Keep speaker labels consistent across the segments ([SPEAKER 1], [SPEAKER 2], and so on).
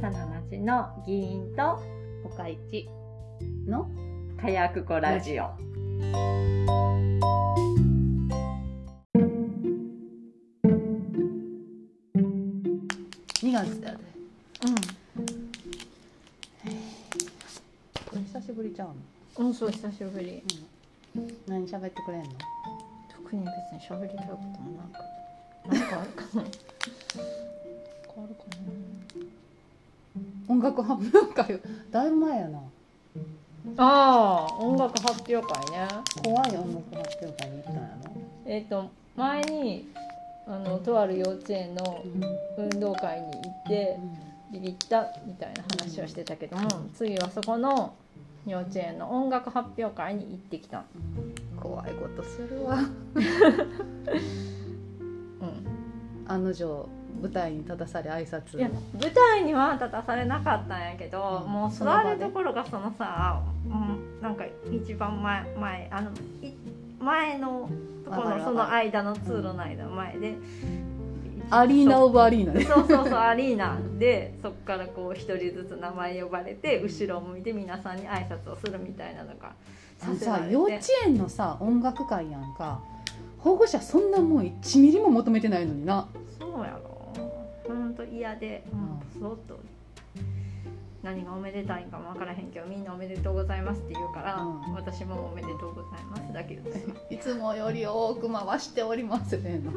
[SPEAKER 1] さな町の議員と
[SPEAKER 2] 岡市の
[SPEAKER 1] かやくこラジオ。
[SPEAKER 2] 2月だよねこれ久しぶりちゃうの、
[SPEAKER 1] うん、うん、そう久しぶり。
[SPEAKER 2] 何喋ってくれんの
[SPEAKER 1] 特に別に喋りたいこともなく、なんかあるかな。変わるか
[SPEAKER 2] 音楽発表会だいぶ前やな
[SPEAKER 1] な。ああ、音楽発表会ね。
[SPEAKER 2] 怖い音楽発表会に行ったんやろ、
[SPEAKER 1] えっ、と前にあのとある幼稚園の運動会に行ってビビったみたいな話をしてたけども、次はそこの幼稚園の音楽発表会に行ってきた。
[SPEAKER 2] 怖いことするわ
[SPEAKER 1] うん。
[SPEAKER 2] 案の定舞台に立たされ挨拶
[SPEAKER 1] いや舞台には立たされなかったんやけど、
[SPEAKER 2] うん
[SPEAKER 1] もう座
[SPEAKER 2] その場で
[SPEAKER 1] るところがそのさ、うん、なんか一番前前あのい前のとこ
[SPEAKER 2] わか
[SPEAKER 1] ろ
[SPEAKER 2] る
[SPEAKER 1] のそ
[SPEAKER 2] わ
[SPEAKER 1] の
[SPEAKER 2] か
[SPEAKER 1] 間の通路の間前で、
[SPEAKER 2] アリーナ・
[SPEAKER 1] を
[SPEAKER 2] オブ・アリーナで
[SPEAKER 1] そうそうそうアリーナでそこからこう一人ずつ名前呼ばれて後ろを向いて皆さんに挨拶をするみたいなのが
[SPEAKER 2] あの
[SPEAKER 1] せら
[SPEAKER 2] さ
[SPEAKER 1] れて
[SPEAKER 2] 幼稚園のさ音楽会やんか保護者そんなもん1ミリも求めてないのにな
[SPEAKER 1] そうやろほんと嫌でもうそっと何がおめでたいんかも分からへんけどみんなおめでとうございますって言うから、
[SPEAKER 2] うん
[SPEAKER 1] 私もおめでとうございますだけどさ
[SPEAKER 2] いつもより多く回しておりますねの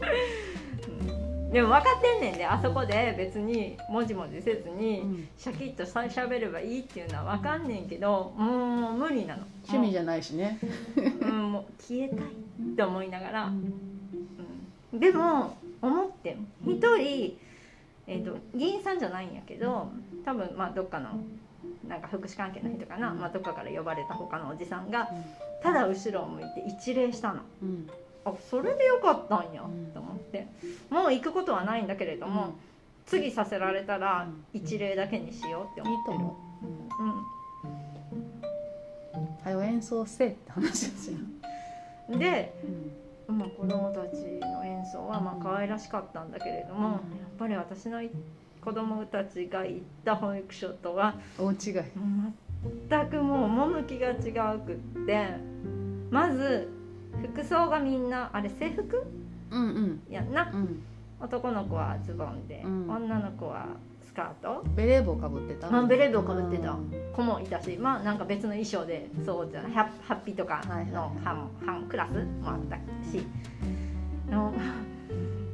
[SPEAKER 1] うんでも分かってんねんであそこで別にもじもじせずに、シャキッとさしゃべればいいっていうのは分かんねんけどもう無理なの
[SPEAKER 2] 趣味
[SPEAKER 1] じ
[SPEAKER 2] じゃないしね
[SPEAKER 1] ゃうんもう消えたいって思いながら、うんでも思ってん一人、えー、と議員さんじゃないんやけど多分まあどっかのなんか福祉関係の人かな、まあ、どっかから呼ばれた他のおじさんがただ後ろを向いて一礼したの
[SPEAKER 2] うん
[SPEAKER 1] あそれでよかったんや
[SPEAKER 2] うん
[SPEAKER 1] と思ってもう行くことはないんだけれども、次させられたら一礼だけにしようって
[SPEAKER 2] いい
[SPEAKER 1] 思って
[SPEAKER 2] と
[SPEAKER 1] る。
[SPEAKER 2] 思う、うん、はよ演奏せえって話ですよ、
[SPEAKER 1] うん、で
[SPEAKER 2] うん
[SPEAKER 1] まあ、子どもたちの演奏はまあ可愛らしかったんだけれども、やっぱり私の子どもたちが行った保育所とは
[SPEAKER 2] 大違い
[SPEAKER 1] 全くもう趣が違うくってまず服装がみんなあれ制服
[SPEAKER 2] うんうん
[SPEAKER 1] やんな
[SPEAKER 2] うん
[SPEAKER 1] 男の子はズボンで、
[SPEAKER 2] うん
[SPEAKER 1] 女の子はスカート
[SPEAKER 2] ベレー帽かぶってた
[SPEAKER 1] まあベレー帽かぶってた
[SPEAKER 2] うん
[SPEAKER 1] 子もいたしまあなんか別の衣装でそうじゃないハッハッピーとか
[SPEAKER 2] はいはいは
[SPEAKER 1] の
[SPEAKER 2] い
[SPEAKER 1] 半,、半クラスもあったしあの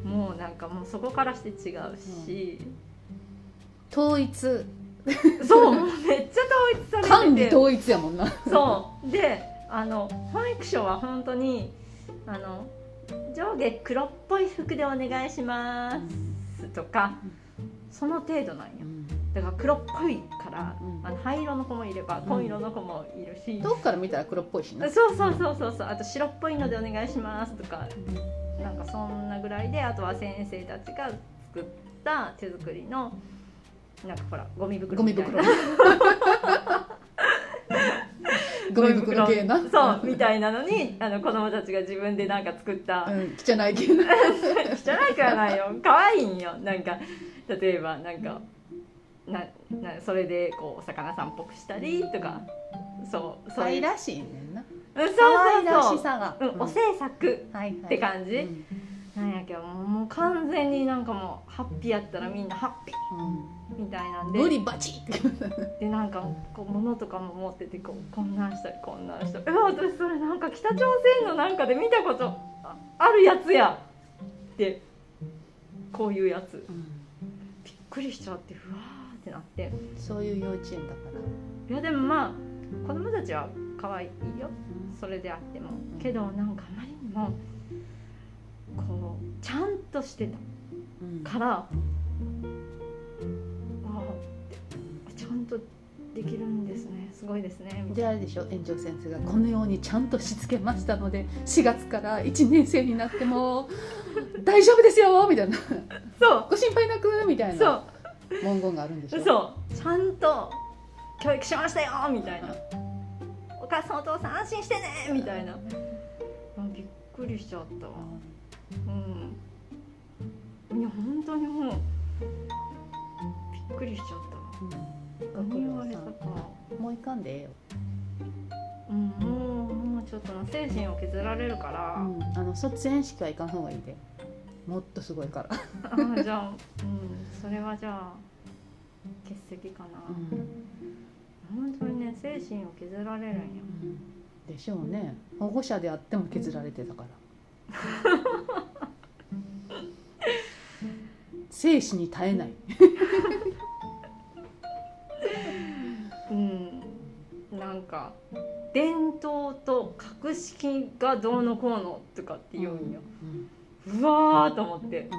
[SPEAKER 1] もうなんかもうそこからして違うし、
[SPEAKER 2] 統一
[SPEAKER 1] そうもうめっちゃ統一されてて
[SPEAKER 2] 管理統一やもんな
[SPEAKER 1] そうであの保育所は本当にあの上下黒っぽい服でお願いしますとかその程度なんよ
[SPEAKER 2] うん
[SPEAKER 1] だから黒っぽいから、
[SPEAKER 2] うん
[SPEAKER 1] あの灰色の子もいれば紺色の子もいるし、
[SPEAKER 2] 遠くから見たら黒っぽいしな
[SPEAKER 1] そうそうそうそうそうあと白っぽいのでお願いしますとかなんかそんなぐらいであとは先生たちが作った手作りのなんかほらゴミ袋
[SPEAKER 2] ゴミ
[SPEAKER 1] みたい
[SPEAKER 2] 袋
[SPEAKER 1] な
[SPEAKER 2] ゴミ袋系な
[SPEAKER 1] そうみたいなのにあの子供たちが自分でなんか作った
[SPEAKER 2] うん汚い系な
[SPEAKER 1] じゃなくはないよ可愛いんよなんか例えばなんかななそれでこうお魚さんっぽくしたりとかそうそう
[SPEAKER 2] 愛
[SPEAKER 1] いう
[SPEAKER 2] らしいねんな
[SPEAKER 1] うんそう
[SPEAKER 2] 可愛ら
[SPEAKER 1] そうそう
[SPEAKER 2] しさが
[SPEAKER 1] うんお制作
[SPEAKER 2] はいはい
[SPEAKER 1] って感じ
[SPEAKER 2] うん
[SPEAKER 1] なんやけどもうもう完全になんかもうハッピーやったらみんなハッピ
[SPEAKER 2] う
[SPEAKER 1] ーみたいなん
[SPEAKER 2] ん
[SPEAKER 1] で
[SPEAKER 2] ブリバチって
[SPEAKER 1] でなんかこう物とかも持っててこうこんなんしたりこんなんしたりうわ私それなんか北朝鮮のなんかで見たことああるやつやってこういうやつびっくりしちゃってうわーってなって
[SPEAKER 2] そういう幼稚園だか
[SPEAKER 1] い
[SPEAKER 2] ら
[SPEAKER 1] やでもまあ子供たちは可愛いよそれであってもけどなんかあまりにもこうちゃんとしてた
[SPEAKER 2] うん
[SPEAKER 1] からああってちゃんとできるんですねすごいですねみたい
[SPEAKER 2] であれでしょ園長先生がこのようにちゃんとしつけましたので4月から1年生になっても 大丈夫ですよみたいな
[SPEAKER 1] な
[SPEAKER 2] ご心配なくみたい
[SPEAKER 1] そ
[SPEAKER 2] な
[SPEAKER 1] う
[SPEAKER 2] 文言があるんでし
[SPEAKER 1] そう
[SPEAKER 2] ょ
[SPEAKER 1] そうちゃんと教育しましたよみたいなお母さんお父さん安心してねみたいなあびっくりしちゃったわうんいや本当にもうっくりしちゃったわ
[SPEAKER 2] ご
[SPEAKER 1] 何
[SPEAKER 2] 苦
[SPEAKER 1] 言
[SPEAKER 2] 労
[SPEAKER 1] われ
[SPEAKER 2] さ
[SPEAKER 1] たか
[SPEAKER 2] んもういかんでええよ、
[SPEAKER 1] うんもうもうちょっとな精神を削られるか
[SPEAKER 2] う
[SPEAKER 1] ら、
[SPEAKER 2] ん、あの卒園式はいかん方がいいでもっとすごいから、
[SPEAKER 1] あ じゃあ、うん、それはじゃあ欠席かな、本当にね精神を削られるんよ
[SPEAKER 2] でしょうね保護者であっても削られてたから生死に耐えない
[SPEAKER 1] うんなんか伝統と格式がどうのこうのとかって言うんよ、
[SPEAKER 2] うん
[SPEAKER 1] うわーと思って
[SPEAKER 2] う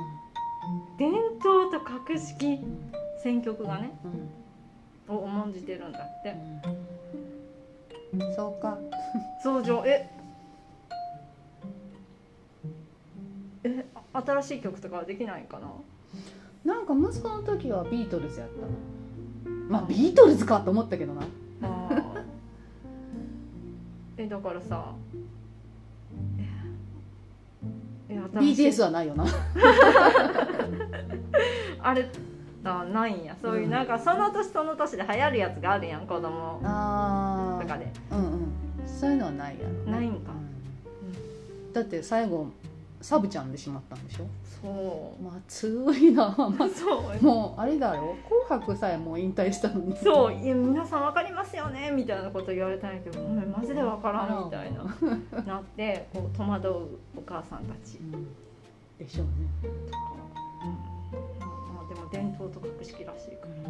[SPEAKER 1] 伝統と格式
[SPEAKER 2] ん
[SPEAKER 1] 選曲がね
[SPEAKER 2] うん
[SPEAKER 1] を重んじてるんだって
[SPEAKER 2] うんそうか
[SPEAKER 1] 相乗ええ新しい曲とかはできないかな
[SPEAKER 2] なんか息子の時はビートルズやったなまあビートルズかと思ったけどな
[SPEAKER 1] あーえだからさええ新しい
[SPEAKER 2] BTS はないよな
[SPEAKER 1] あれあないんやそういう、
[SPEAKER 2] うん
[SPEAKER 1] なんかその年その年で流行るやつがあるやん子供
[SPEAKER 2] あ
[SPEAKER 1] とか
[SPEAKER 2] ー
[SPEAKER 1] で
[SPEAKER 2] うんうんそういうのはないやろね
[SPEAKER 1] ないんか
[SPEAKER 2] うんだって最後サブちゃんでしまったんでしょ
[SPEAKER 1] そ
[SPEAKER 2] まあついな、ま
[SPEAKER 1] うそう
[SPEAKER 2] あ、もうあれだよ紅白さえもう引退したのに
[SPEAKER 1] そういや皆さん分かりますよねみたいなこと言われたんやけどごめんマジで分からんみたいななってこう戸惑うお母さんたち、
[SPEAKER 2] うんでしょうね
[SPEAKER 1] うんまあ、でも伝統と格式らしいから
[SPEAKER 2] あ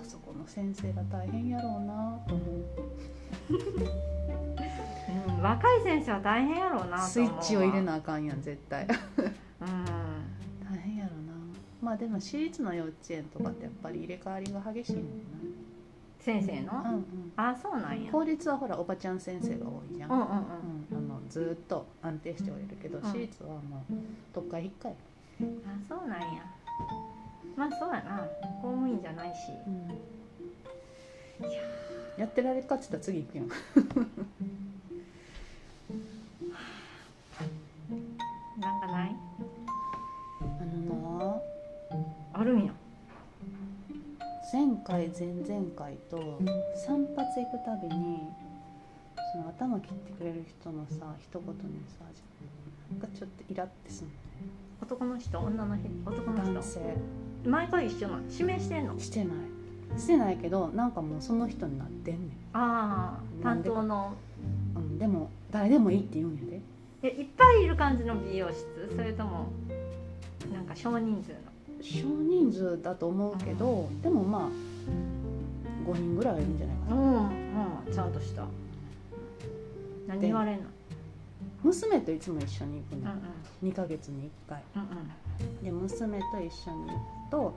[SPEAKER 2] あそこの先生が大変やろうなと思う
[SPEAKER 1] うん、若い先生は大変やろうなと思うわ
[SPEAKER 2] スイッチを入れなあかんやん絶対
[SPEAKER 1] うん
[SPEAKER 2] 大変やろなまあでも私立の幼稚園とかってやっぱり入れ替わりが激しいもん
[SPEAKER 1] 先生
[SPEAKER 2] な、
[SPEAKER 1] の
[SPEAKER 2] うんうん、
[SPEAKER 1] あそうなんや
[SPEAKER 2] 公立はほらおばちゃん先生が多いじゃん、
[SPEAKER 1] うんうん
[SPEAKER 2] うん、あのずーっと安定しておれるけど、
[SPEAKER 1] ん
[SPEAKER 2] 私立はもう特会一回、
[SPEAKER 1] うんあそうなんやまあそうやな公務員じゃないしいや
[SPEAKER 2] やってられるかっつったら次行くやん
[SPEAKER 1] なんかない
[SPEAKER 2] あのな
[SPEAKER 1] あるんや
[SPEAKER 2] 前回前々回と散髪行くたびにその頭切ってくれる人のさ一言にさなんかちょっとイラってすん
[SPEAKER 1] 男の人女の人男
[SPEAKER 2] の
[SPEAKER 1] の
[SPEAKER 2] 男
[SPEAKER 1] 人
[SPEAKER 2] 性
[SPEAKER 1] 毎回一緒なの指名してんの
[SPEAKER 2] してないしてないけどなんかもうその人になってんね
[SPEAKER 1] ああ
[SPEAKER 2] な
[SPEAKER 1] 担
[SPEAKER 2] んで
[SPEAKER 1] 当の
[SPEAKER 2] ん、うん、でも誰でもいいって言うんやで
[SPEAKER 1] えいっぱいいる感じの美容室それともなんか少人数の
[SPEAKER 2] 少人数だと思うけどでもまあ5人ぐらいはいるんじゃないか
[SPEAKER 1] う
[SPEAKER 2] な
[SPEAKER 1] んうんちゃんとした何言われんの
[SPEAKER 2] 娘といつも一緒に行
[SPEAKER 1] う
[SPEAKER 2] く
[SPEAKER 1] んう
[SPEAKER 2] の
[SPEAKER 1] ん
[SPEAKER 2] 2ヶ月に1回
[SPEAKER 1] うんうん
[SPEAKER 2] で娘と一緒に行くと、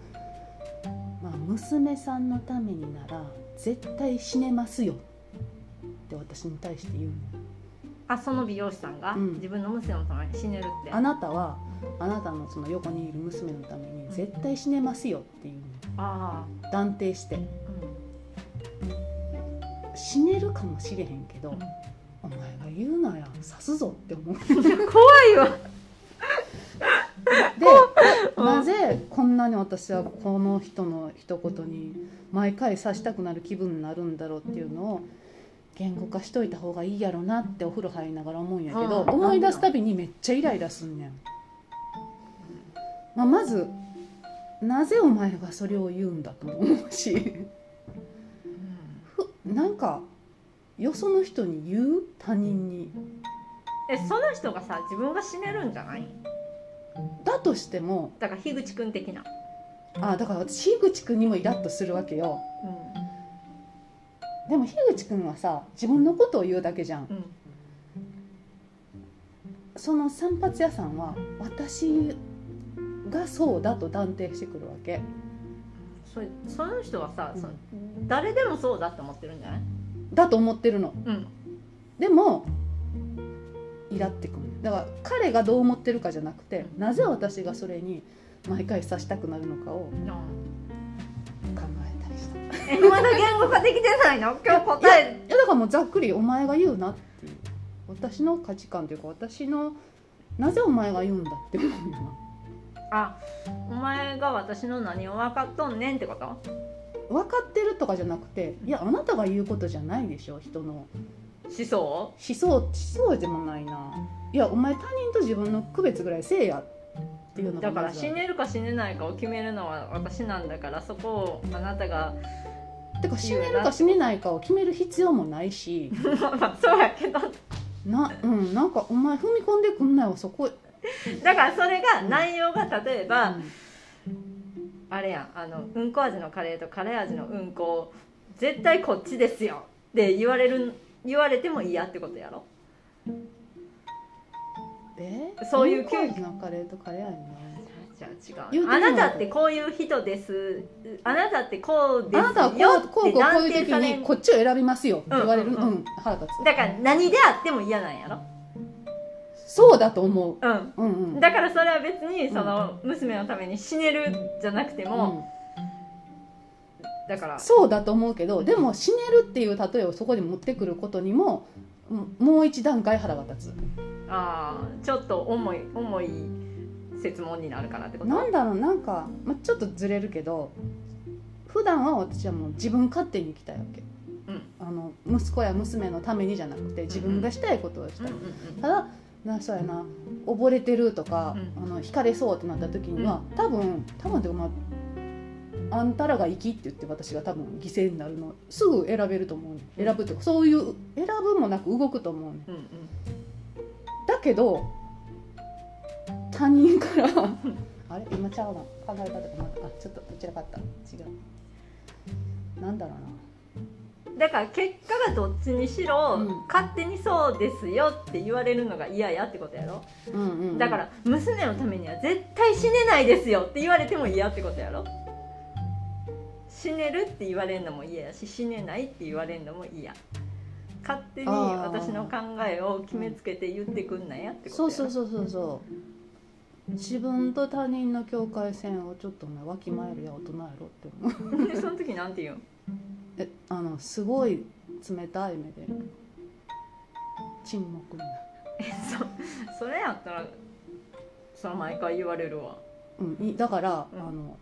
[SPEAKER 2] まあ、娘さんのためになら絶対死ねますよって私に対して言うの
[SPEAKER 1] あその美容師さんが、
[SPEAKER 2] うん
[SPEAKER 1] 自分の娘のために死ねるって
[SPEAKER 2] あなたはあなたのその横にいる娘のために絶対死ねますよっていう
[SPEAKER 1] あ
[SPEAKER 2] の断定して
[SPEAKER 1] あ
[SPEAKER 2] 死ねるかもしれへんけど、
[SPEAKER 1] うん
[SPEAKER 2] お前が言うなや刺すぞって思う
[SPEAKER 1] うんいや 怖いわ
[SPEAKER 2] でなぜこんなに私はこの人の一言に毎回刺したくなる気分になるんだろうっていうのを言語化しといた方がいいやろなってお風呂入りながら思うんやけど
[SPEAKER 1] うん
[SPEAKER 2] 思い出すたびにめっちゃイライラすんねん、まあ、まずなぜお前がそれを言うんだとも思うし
[SPEAKER 1] うん
[SPEAKER 2] ふなんかよその人に言う他人に
[SPEAKER 1] えその人がさ自分が死ねるんじゃない
[SPEAKER 2] だとしても
[SPEAKER 1] だから樋口くん的な
[SPEAKER 2] あだから私樋口君にもイラッとするわけよ
[SPEAKER 1] う
[SPEAKER 2] でも樋口君はさ自分のことを言うだけじゃん
[SPEAKER 1] んうん
[SPEAKER 2] その散髪屋さんは私がそうだと断定してくるわけ
[SPEAKER 1] それその人はさ、
[SPEAKER 2] うん
[SPEAKER 1] そ誰でもそうだって思ってるんじゃない
[SPEAKER 2] だと思ってるの
[SPEAKER 1] うん
[SPEAKER 2] でもイラってくるだから彼がどう思ってるかじゃなくてなぜ私がそれに毎回刺したくなるのかを考えたりしたい
[SPEAKER 1] えまだ言語化できて ないの今日答え
[SPEAKER 2] やだからもうざっくりお前が言うなっていう私の価値観というか私のなぜお前が言うんだって思うよな
[SPEAKER 1] あお前が私の何を分かっとんねんってこと
[SPEAKER 2] 分かってるとかじゃなくていやあなたが言うことじゃないでしょ人の
[SPEAKER 1] 思想
[SPEAKER 2] 思想思想でもないないやお前他人と自分の区別ぐらいせえやっていうのが
[SPEAKER 1] だから
[SPEAKER 2] まず
[SPEAKER 1] 死
[SPEAKER 2] ある
[SPEAKER 1] ねるか死ねないかを決めるのは私なんだからそこをあなたが
[SPEAKER 2] てか死ねるか死ねないかを決める必要もないし
[SPEAKER 1] まあまあそうやけど
[SPEAKER 2] なうんなんかお前踏み込んでくんないわそこへ
[SPEAKER 1] だからそれが内容が例えば、
[SPEAKER 2] うん
[SPEAKER 1] あれやんあのうんこ味のカレーとカレー味のうんこ絶対こっちですよって言われる言われても嫌ってことやろ
[SPEAKER 2] え
[SPEAKER 1] そういう
[SPEAKER 2] カーのカレーとカレーやね
[SPEAKER 1] じゃあ違
[SPEAKER 2] 言う
[SPEAKER 1] う
[SPEAKER 2] て
[SPEAKER 1] あ
[SPEAKER 2] みよう
[SPEAKER 1] なたってこういう人ですあなたってこうです
[SPEAKER 2] あ
[SPEAKER 1] よ
[SPEAKER 2] なたはこうこうこうこ
[SPEAKER 1] って断
[SPEAKER 2] うい
[SPEAKER 1] 定
[SPEAKER 2] う時
[SPEAKER 1] されん
[SPEAKER 2] にこっちを選びますよって言われる
[SPEAKER 1] うん
[SPEAKER 2] う、
[SPEAKER 1] うんんうん
[SPEAKER 2] 腹立
[SPEAKER 1] だから何であっても嫌なんやろ
[SPEAKER 2] つそうだと思う
[SPEAKER 1] うん
[SPEAKER 2] うんうん
[SPEAKER 1] だからそれは別にその娘のために死ねるじゃなくても、
[SPEAKER 2] う
[SPEAKER 1] だから
[SPEAKER 2] んそうだと思うけどでも死ねるっていう例えをそこに持ってくることにもうんもう一段階腹が立つ
[SPEAKER 1] あーちょっと重い重い説問になるからってこと
[SPEAKER 2] なんだろうなんか、まあ、ちょっとずれるけど普段は私はもう自分勝手に生きたいわけ、
[SPEAKER 1] うん
[SPEAKER 2] あの息子や娘のためにじゃなくて自分がしたいことをした
[SPEAKER 1] う
[SPEAKER 2] い
[SPEAKER 1] んうんうん
[SPEAKER 2] ただなそうやな溺れてるとか、
[SPEAKER 1] う
[SPEAKER 2] あの惹かれそうってなった時には、多分多分っていうかまああんたらが生きって言って私が多分犠牲になるのすぐ選べると思うね
[SPEAKER 1] うん
[SPEAKER 2] 選ぶっていうかそういう選ぶもなく動くと思うね
[SPEAKER 1] うんうん
[SPEAKER 2] だけど他人からあれ今ちゃうな考え方がまあちょっとどちらかった違うなんだろう
[SPEAKER 1] だから結果がどっちにしろ、
[SPEAKER 2] うん
[SPEAKER 1] 勝手にそうですよって言われるのが嫌やってことやろ、
[SPEAKER 2] な、うんうんうん
[SPEAKER 1] だから娘のためには絶対死ねないですよって言われても嫌ってことやろ死ねるって言われるのも嫌やし死ねないって言われるのも嫌勝手に
[SPEAKER 2] あー
[SPEAKER 1] 私の考えを決めつけて言ってくんなやってことや
[SPEAKER 2] そ
[SPEAKER 1] ろ
[SPEAKER 2] うそうそうそうそう自分と他人の境界線をちょっとねわきまえるや大人やろって思う
[SPEAKER 1] でその時なんて言うん
[SPEAKER 2] えあのすごい冷たい目で沈黙になる
[SPEAKER 1] えそそれやったらその毎回言われるわ
[SPEAKER 2] うんいだから、
[SPEAKER 1] うん
[SPEAKER 2] あの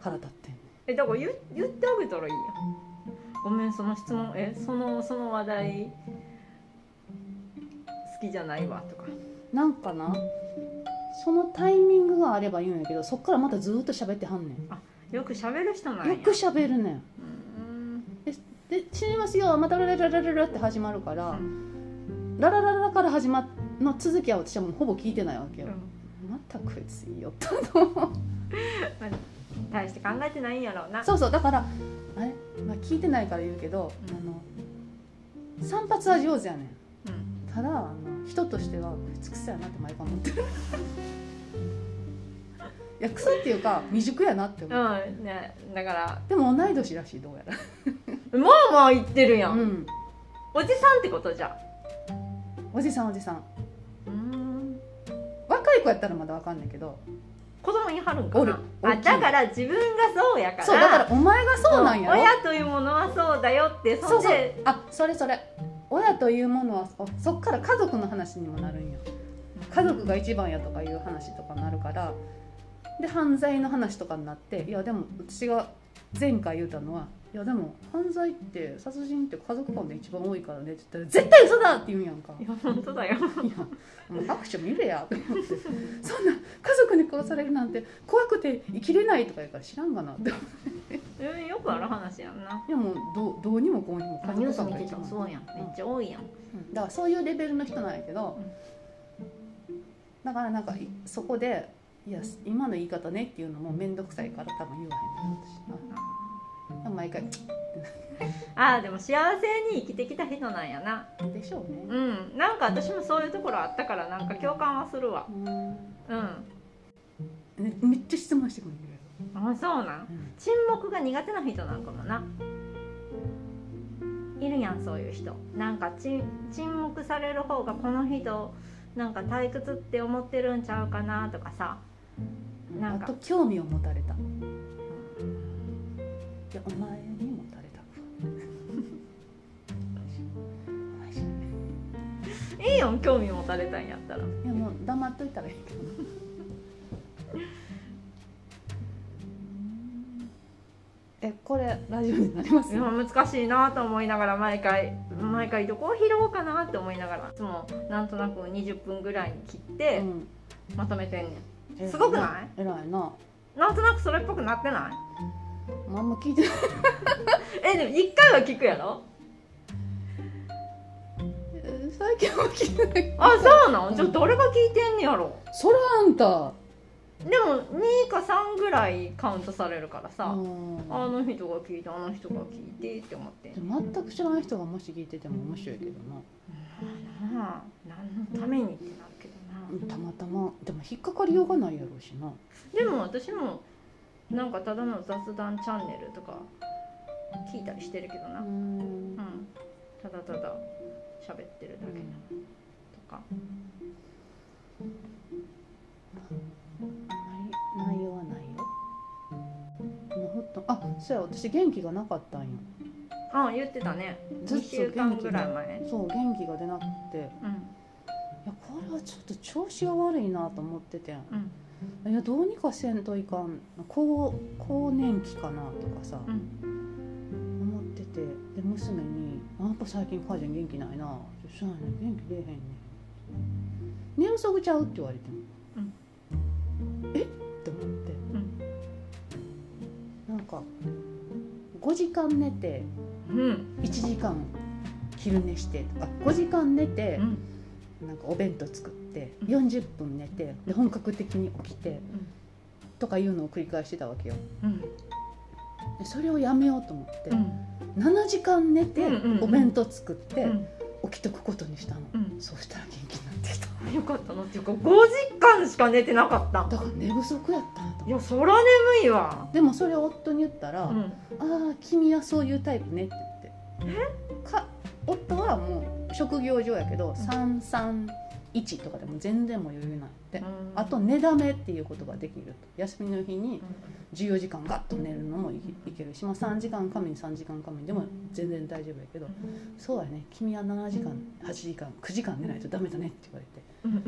[SPEAKER 2] 腹立ってんね
[SPEAKER 1] えだから言言ってあげたらいいやごめんその質問えそのその話題好きじゃないわとか
[SPEAKER 2] なんかなそのタイミングがあれば言うんやけどそっからまたずーっと喋ってはんねん
[SPEAKER 1] よく喋る人なんや
[SPEAKER 2] よく喋るねん
[SPEAKER 1] うーん
[SPEAKER 2] で「死にますよまたララララララ」って始まるから、
[SPEAKER 1] う
[SPEAKER 2] ラララララから始まの続きは私はもうほぼ聞いてないわけ
[SPEAKER 1] う
[SPEAKER 2] よ、
[SPEAKER 1] ん
[SPEAKER 2] またこいついいよと
[SPEAKER 1] 大して考えてないんやろうな
[SPEAKER 2] そうそうだからあれ、まあ、聞いてないから言うけど、
[SPEAKER 1] うん
[SPEAKER 2] あの散髪は上手やねん
[SPEAKER 1] うん
[SPEAKER 2] ただあの人としてはこいつクソやなって毎回思ってる いやクソっていうか未熟やなって思う、
[SPEAKER 1] うんね、だから
[SPEAKER 2] でも同い年らしいどうやら
[SPEAKER 1] もうもう言ってるやん、
[SPEAKER 2] うん、
[SPEAKER 1] おじさんってことじゃ
[SPEAKER 2] おじさんおじさん
[SPEAKER 1] うーん
[SPEAKER 2] 若い子やったらまだわかんないけど
[SPEAKER 1] 子供にはるんかな
[SPEAKER 2] おる
[SPEAKER 1] あ
[SPEAKER 2] 大きい
[SPEAKER 1] だから自分がそうやから
[SPEAKER 2] そうだからお前がそうなんやろ、
[SPEAKER 1] 親というものはそうだよって
[SPEAKER 2] そ
[SPEAKER 1] そん
[SPEAKER 2] う
[SPEAKER 1] で
[SPEAKER 2] そうあそれそれ親というものはおそっから家族の話にもなるんよ家族が一番やとかいう話とかなるからで犯罪の話とかになっていやでも私が前回言うたのはいやでも犯罪って殺人って家族間で一番多いからねって言ったら絶対嘘だって言うんやんか
[SPEAKER 1] いや本当だよ
[SPEAKER 2] いやもう拍手見れやと思ってそんな家族に殺されるなんて怖くて生きれないとか言うから知らんがなっ て
[SPEAKER 1] うんよくある話やんない
[SPEAKER 2] やもうどうどうにもこうにも
[SPEAKER 1] ニュース見
[SPEAKER 2] が
[SPEAKER 1] て
[SPEAKER 2] 一
[SPEAKER 1] た
[SPEAKER 2] 番
[SPEAKER 1] らそうやんめっちゃ多いやん
[SPEAKER 2] うんだからそういうレベルの人なんやけど、だからなんかいそこで「いや今の言い方ね」っていうのも面倒くさいから多分言わへんの私あ毎回「
[SPEAKER 1] あーでも幸せに生きてきた人なんやな
[SPEAKER 2] でしょうね
[SPEAKER 1] うんなんか私もそういうところあったからなんか共感はするわ」うん
[SPEAKER 2] ねめっちゃ質問してくるんだけ
[SPEAKER 1] あそうなん
[SPEAKER 2] ど
[SPEAKER 1] 沈黙が苦手な人なんかもないるやんそういう人なんかち沈黙される方がこの人なんか退屈って思ってるんちゃうかなとかさなんか
[SPEAKER 2] あと興味を持たれたいやお前に持 たれたお前じゃない
[SPEAKER 1] えいいよ興味持たれたんやったら
[SPEAKER 2] いやもう黙っといたらいいけど えこれラジオになります
[SPEAKER 1] いや難しいなと思いながら毎回毎回どこを拾おうかなって思いながらいつもなんとなく20分ぐらいに切って
[SPEAKER 2] うん
[SPEAKER 1] まとめてんねんすごくない
[SPEAKER 2] 偉いな、
[SPEAKER 1] なんとなくそれっぽくなってない
[SPEAKER 2] まあ、あんま聞いてない
[SPEAKER 1] えでも1回は聞くやろ
[SPEAKER 2] え最近は聞いてない
[SPEAKER 1] あそうな
[SPEAKER 2] うん
[SPEAKER 1] んじゃあ誰が聞いてんねやろ
[SPEAKER 2] そらあんた
[SPEAKER 1] でも2か3ぐらいカウントされるからさ、
[SPEAKER 2] うん
[SPEAKER 1] あの人が聞いてあの人が聞いてって思って
[SPEAKER 2] でも全く知らない人がもし聞いてても面白いけどな
[SPEAKER 1] まあ何のためにってなるけど
[SPEAKER 2] たまたまでも引っかかりようがないやろうしな
[SPEAKER 1] なでも私もなんかただの雑談チャンネルとか聞いたりしてるけどな、うん、
[SPEAKER 2] ん
[SPEAKER 1] ただただ喋ってるだけのとか
[SPEAKER 2] 内容はないよもうほんとあそうや私元気がなかったんや
[SPEAKER 1] ああ言ってたね
[SPEAKER 2] ずっ
[SPEAKER 1] 2
[SPEAKER 2] と
[SPEAKER 1] 週間ぐらい前
[SPEAKER 2] そう元気が出なくていや
[SPEAKER 1] うん
[SPEAKER 2] これはちょっと調子が悪いなと思っててん
[SPEAKER 1] うん
[SPEAKER 2] いやどうにかせんといかん更更年期かなとかさ、
[SPEAKER 1] うん
[SPEAKER 2] 思っててで娘に「あやっぱ最近母ちゃん元気ないな」って「そうやね元気出えへんねん」寝不足ちゃう?」って言われてもえっ?」って思って、なんか5時間寝て
[SPEAKER 1] うん
[SPEAKER 2] 1時間昼寝してとか5時間寝て
[SPEAKER 1] う、ん
[SPEAKER 2] なんかお弁当作って
[SPEAKER 1] うん
[SPEAKER 2] 40分寝てで本格的に起きてとかいうのを繰り返してたわけよ
[SPEAKER 1] うん
[SPEAKER 2] でそれをやめようと思って、
[SPEAKER 1] うん
[SPEAKER 2] 7時間寝て
[SPEAKER 1] うんうんうん
[SPEAKER 2] お弁当作って、
[SPEAKER 1] うん
[SPEAKER 2] 起きとくことにしたの、
[SPEAKER 1] うん
[SPEAKER 2] そうしたら元気になってきた
[SPEAKER 1] よかったなっていうか5時間しか寝てなかった
[SPEAKER 2] だから寝不足やったなと
[SPEAKER 1] い
[SPEAKER 2] 思
[SPEAKER 1] や
[SPEAKER 2] っ
[SPEAKER 1] そら眠いわ
[SPEAKER 2] てでもそれを夫に言ったら「
[SPEAKER 1] うん
[SPEAKER 2] ああ君はそういうタイプね」って言ってか夫はもう職業上やけど331とかでも全然もう余裕ないって、
[SPEAKER 1] うん
[SPEAKER 2] あと寝だめっていうことができると休みの日に14時間ガッと寝るのもいいけるし、まあ、3時間仮眠3時間仮眠でも全然大丈夫やけどそうやね君は7時間8時間9時間寝ないとダメだねって言われて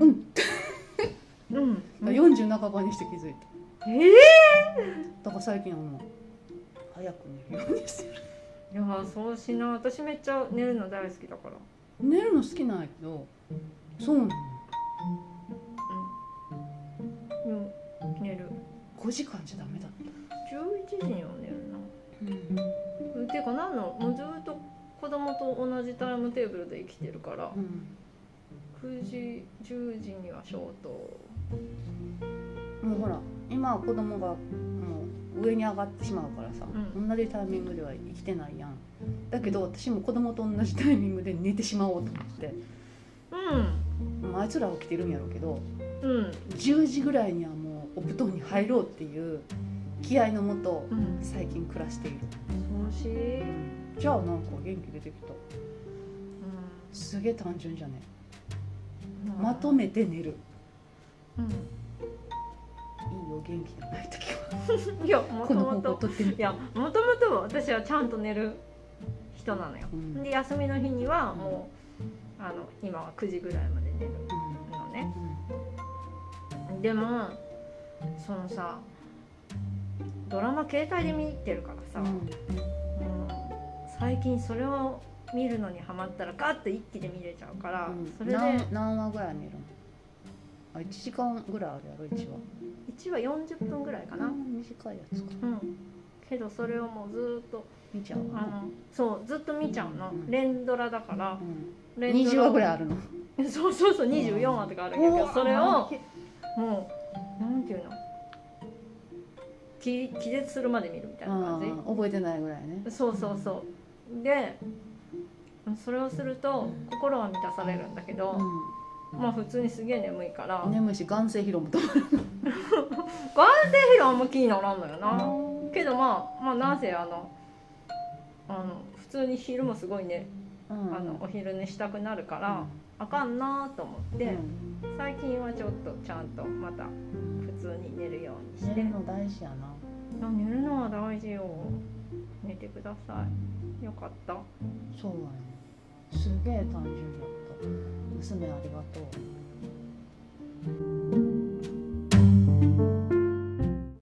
[SPEAKER 1] うん
[SPEAKER 2] う
[SPEAKER 1] うんんうんうん
[SPEAKER 2] 40半ばにして気づいた
[SPEAKER 1] ええ
[SPEAKER 2] だから最近はもう早く寝るようにしてる
[SPEAKER 1] いやそうしな私めっちゃ寝るの大好きだから
[SPEAKER 2] 寝るの好きなんやけどそうなの
[SPEAKER 1] うん寝る
[SPEAKER 2] 5時間じゃダメだった、
[SPEAKER 1] 11時には寝るなうんていうか何のもうずっと子供と同じタイムテーブルで生きてるから9時10時には消灯
[SPEAKER 2] もうほら今は子供がもう上に上がってしまうからさ、
[SPEAKER 1] うん
[SPEAKER 2] 同じタイミングでは生きてないやんだけど私も子供と同じタイミングで寝てしまおうと思って
[SPEAKER 1] うん
[SPEAKER 2] まああいつらは起きてるんやろうけど
[SPEAKER 1] うん
[SPEAKER 2] 10時ぐらいにはもうお布団に入ろうっていう気合のもと
[SPEAKER 1] うん
[SPEAKER 2] 最近暮らしている
[SPEAKER 1] 楽しい、うん、
[SPEAKER 2] じゃあなんか元気出てきたすげえ単純じゃねまとめて寝る
[SPEAKER 1] うん
[SPEAKER 2] いいよ元気がない時はい
[SPEAKER 1] やも
[SPEAKER 2] ことの
[SPEAKER 1] も
[SPEAKER 2] 方法
[SPEAKER 1] と
[SPEAKER 2] 取ってみ
[SPEAKER 1] いやもともと私はちゃんと寝る人なのよ、
[SPEAKER 2] うん
[SPEAKER 1] で休みの日にはもう、あの今は9時ぐらいまで寝るのねでもそのさドラマ携帯で見てるからさ、
[SPEAKER 2] うんうん
[SPEAKER 1] もう最近それを見るのにハマったらガッと一気で見れちゃうから、
[SPEAKER 2] うん
[SPEAKER 1] それで
[SPEAKER 2] 何何話ぐらい寝るのあ1時間ぐらいあるやろ1話
[SPEAKER 1] 1話40分ぐらいか
[SPEAKER 2] あ
[SPEAKER 1] な、
[SPEAKER 2] 短いやつか
[SPEAKER 1] うん、けどそれをもうずーっと
[SPEAKER 2] 見ちゃう
[SPEAKER 1] あのそうずっと見ちゃうの、
[SPEAKER 2] うん
[SPEAKER 1] 連ドラだから
[SPEAKER 2] うん
[SPEAKER 1] 連ドラ
[SPEAKER 2] 20話ぐらいあるの
[SPEAKER 1] そうそうそう24話とかあるんやけ
[SPEAKER 2] う
[SPEAKER 1] ど
[SPEAKER 2] わ
[SPEAKER 1] それをもうなんていうのき気絶するまで見るみたいな
[SPEAKER 2] あ
[SPEAKER 1] 感
[SPEAKER 2] ー覚えてないぐらいね
[SPEAKER 1] じそうそうそうでそれをすると心は満たされるんだけど、
[SPEAKER 2] う
[SPEAKER 1] まあ普通にすげえ眠いから、
[SPEAKER 2] ん眠いし眼性疲労も止まる
[SPEAKER 1] 手があんま気にならんのよな、けどまあまあなんせあのあの普通に昼もすごいね、
[SPEAKER 2] うん
[SPEAKER 1] あのお昼寝したくなるから、
[SPEAKER 2] うん
[SPEAKER 1] あかんなーと思って、
[SPEAKER 2] うん
[SPEAKER 1] 最近はちょっとちゃんとまた普通に寝るようにし
[SPEAKER 2] 寝
[SPEAKER 1] て、
[SPEAKER 2] るの大事やな
[SPEAKER 1] あ寝るのは大事よ寝てくださいよかった
[SPEAKER 2] そうやねすげえ単純だった娘ありがとう